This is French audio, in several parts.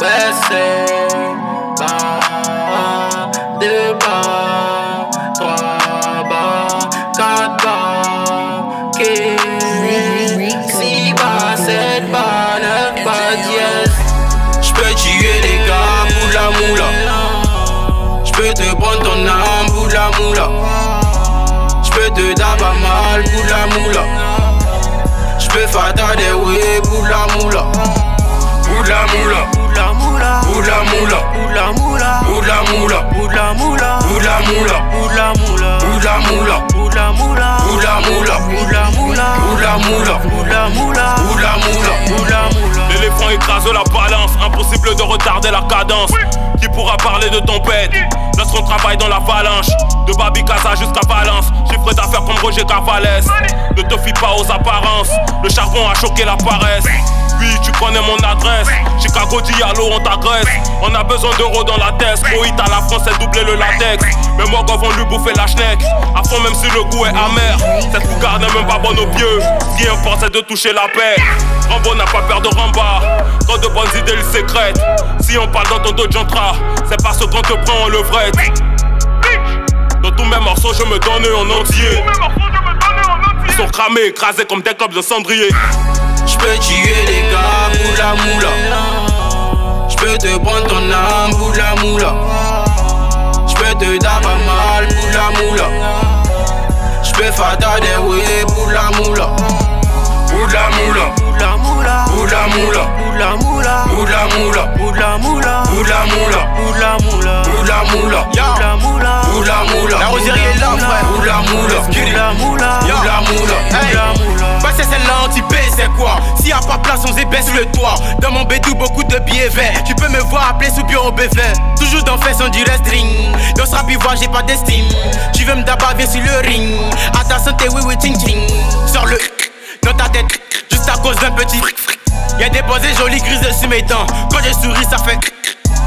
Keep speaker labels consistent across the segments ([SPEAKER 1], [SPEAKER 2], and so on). [SPEAKER 1] laissé bas, deux bas, trois bas, quatre bas, quinze, six bas, sept bas, neuf bas, diez. J'peux tuer les gars, moula moula. J'peux te prendre ton âme, moula moula. J'peux te daba mal, moula moula. J'peux fata des ouais, moula moula. Moula moula.
[SPEAKER 2] Oula moula,
[SPEAKER 1] Oula moula,
[SPEAKER 2] oula moula,
[SPEAKER 1] oula moula,
[SPEAKER 2] oula moula,
[SPEAKER 1] oula moula,
[SPEAKER 2] oula moula,
[SPEAKER 1] oula moula,
[SPEAKER 2] oula moula,
[SPEAKER 1] oula moula,
[SPEAKER 2] oula moula,
[SPEAKER 1] oula
[SPEAKER 2] oula
[SPEAKER 1] moula,
[SPEAKER 2] moula,
[SPEAKER 1] oula moula.
[SPEAKER 2] oula moula.
[SPEAKER 3] L'éléphant écrase la balance, impossible de retarder la cadence. Qui pourra parler de tempête Lorsqu'on travaille dans la phalange, de Babi Casa jusqu'à Valence, chiffre d'affaires comme Roger Cavales. Ne te fie pas aux apparences, le charbon a choqué la paresse. Oui, tu connais mon adresse, Chicago Diallo, on t'agresse. On a besoin d'euros dans la tête, Coït à la France, c'est doublé le latex. Mais Morgov, on lui bouffer la schneck. À fond, même si le goût est amer, cette cougarde n'est même pas bonne aux pieux. Ce qui importe, c'est de toucher la paix. Rambo n'a pas peur de Ramba. Quand de bonnes idées, il sécrète. Si on parle dans ton dos, j'entra. C'est parce qu'on te prend en levrette. Dans tous mes morceaux, je me donne en entier. Ils sont cramés, écrasés comme des copes de cendrier.
[SPEAKER 1] J'peux tuer les gars, moula moula. J'peux te prendre ton âme, moula moula. J'peux te daba mal, moula moula. J'peux fata des ouais, moula moula. Moula moula,
[SPEAKER 2] Oula moula,
[SPEAKER 1] oula moula,
[SPEAKER 2] oula moula,
[SPEAKER 1] oula moula,
[SPEAKER 2] oula moula,
[SPEAKER 1] oula moula,
[SPEAKER 2] oula moula,
[SPEAKER 1] oula moula.
[SPEAKER 2] oula moula,
[SPEAKER 1] Oula moula,
[SPEAKER 4] La rosière est là, frère.
[SPEAKER 1] Oula moula,
[SPEAKER 2] oula moula,
[SPEAKER 1] oula moula.
[SPEAKER 4] Hey.
[SPEAKER 2] oula moula.
[SPEAKER 4] Bah c'est celle-là anti-B, c'est quoi S'il y a pas place, on ébaisse le toit. Dans mon bédou, beaucoup de billets verts. Tu peux me voir appeler sous bureau BV. Toujours dans fesses, on dirait string. Dans ce rap ivoire, j'ai pas d'estime. Tu veux me d'abat, viens sur le ring. À ta santé, oui, oui, ting ting. Sors le dans ta tête, juste à cause d'un petit. Y'a des posées jolies grises sur mes dents. Quand je souris, ça fait.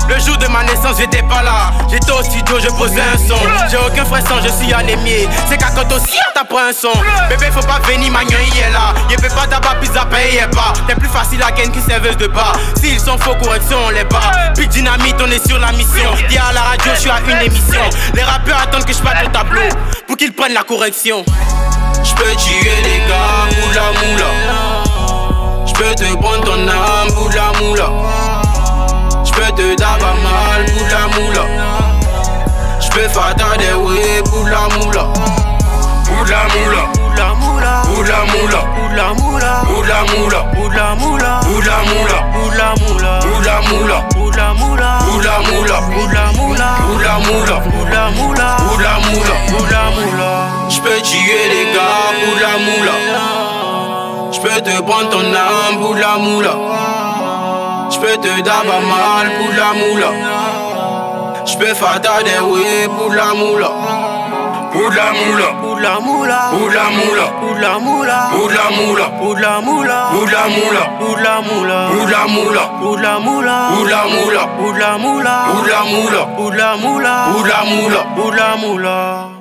[SPEAKER 4] Le jour de ma naissance, j'étais pas là. J'étais au studio, je posais un son. J'ai aucun frisson, je suis anémié. C'est qu'à quand aussi, t'as pris un son. Bébé, faut pas venir, ma gneuille est là. Y'a fait pas d'abat, pizza, paye pas. T'es plus facile à ken qui serveuse de bas. S'ils sont faux, correction, on les bat. Puis dynamite, on est sur la mission. Dis à la radio, je suis à une émission. Les rappeurs attendent que je fasse ton tableau pour qu'ils prennent la correction.
[SPEAKER 1] J'peux tuer les gars, moula moula. J'peux te prendre ton âme, moula moula. J'peux te daba mal, moula moula. J'peux fata des ouais, moula moula. Moula moula,
[SPEAKER 2] Oula moula,
[SPEAKER 1] moula moula,
[SPEAKER 2] oula moula,
[SPEAKER 1] moula moula,
[SPEAKER 2] oula moula,
[SPEAKER 1] moula moula,
[SPEAKER 2] oula moula,
[SPEAKER 1] moula moula,
[SPEAKER 2] oula moula,
[SPEAKER 1] moula moula,
[SPEAKER 2] oula moula,
[SPEAKER 1] moula moula,
[SPEAKER 2] oula moula,
[SPEAKER 1] moula moula.
[SPEAKER 2] oula moula.
[SPEAKER 1] J'peux tuer les gars, moula moula. J'peux te prendre ton âme, moula moula. J'peux te daba mal, moula moula. J'peux fata des ouais, moula moula. Moula moula,
[SPEAKER 2] Oula moula,
[SPEAKER 1] moula moula,
[SPEAKER 2] oula moula,
[SPEAKER 1] moula moula,
[SPEAKER 2] oula moula,
[SPEAKER 1] moula moula,
[SPEAKER 2] oula moula,
[SPEAKER 1] moula moula,
[SPEAKER 2] oula moula,
[SPEAKER 1] moula moula,
[SPEAKER 2] oula moula,
[SPEAKER 1] moula moula,
[SPEAKER 2] oula moula,
[SPEAKER 1] moula moula.
[SPEAKER 2] oula moula.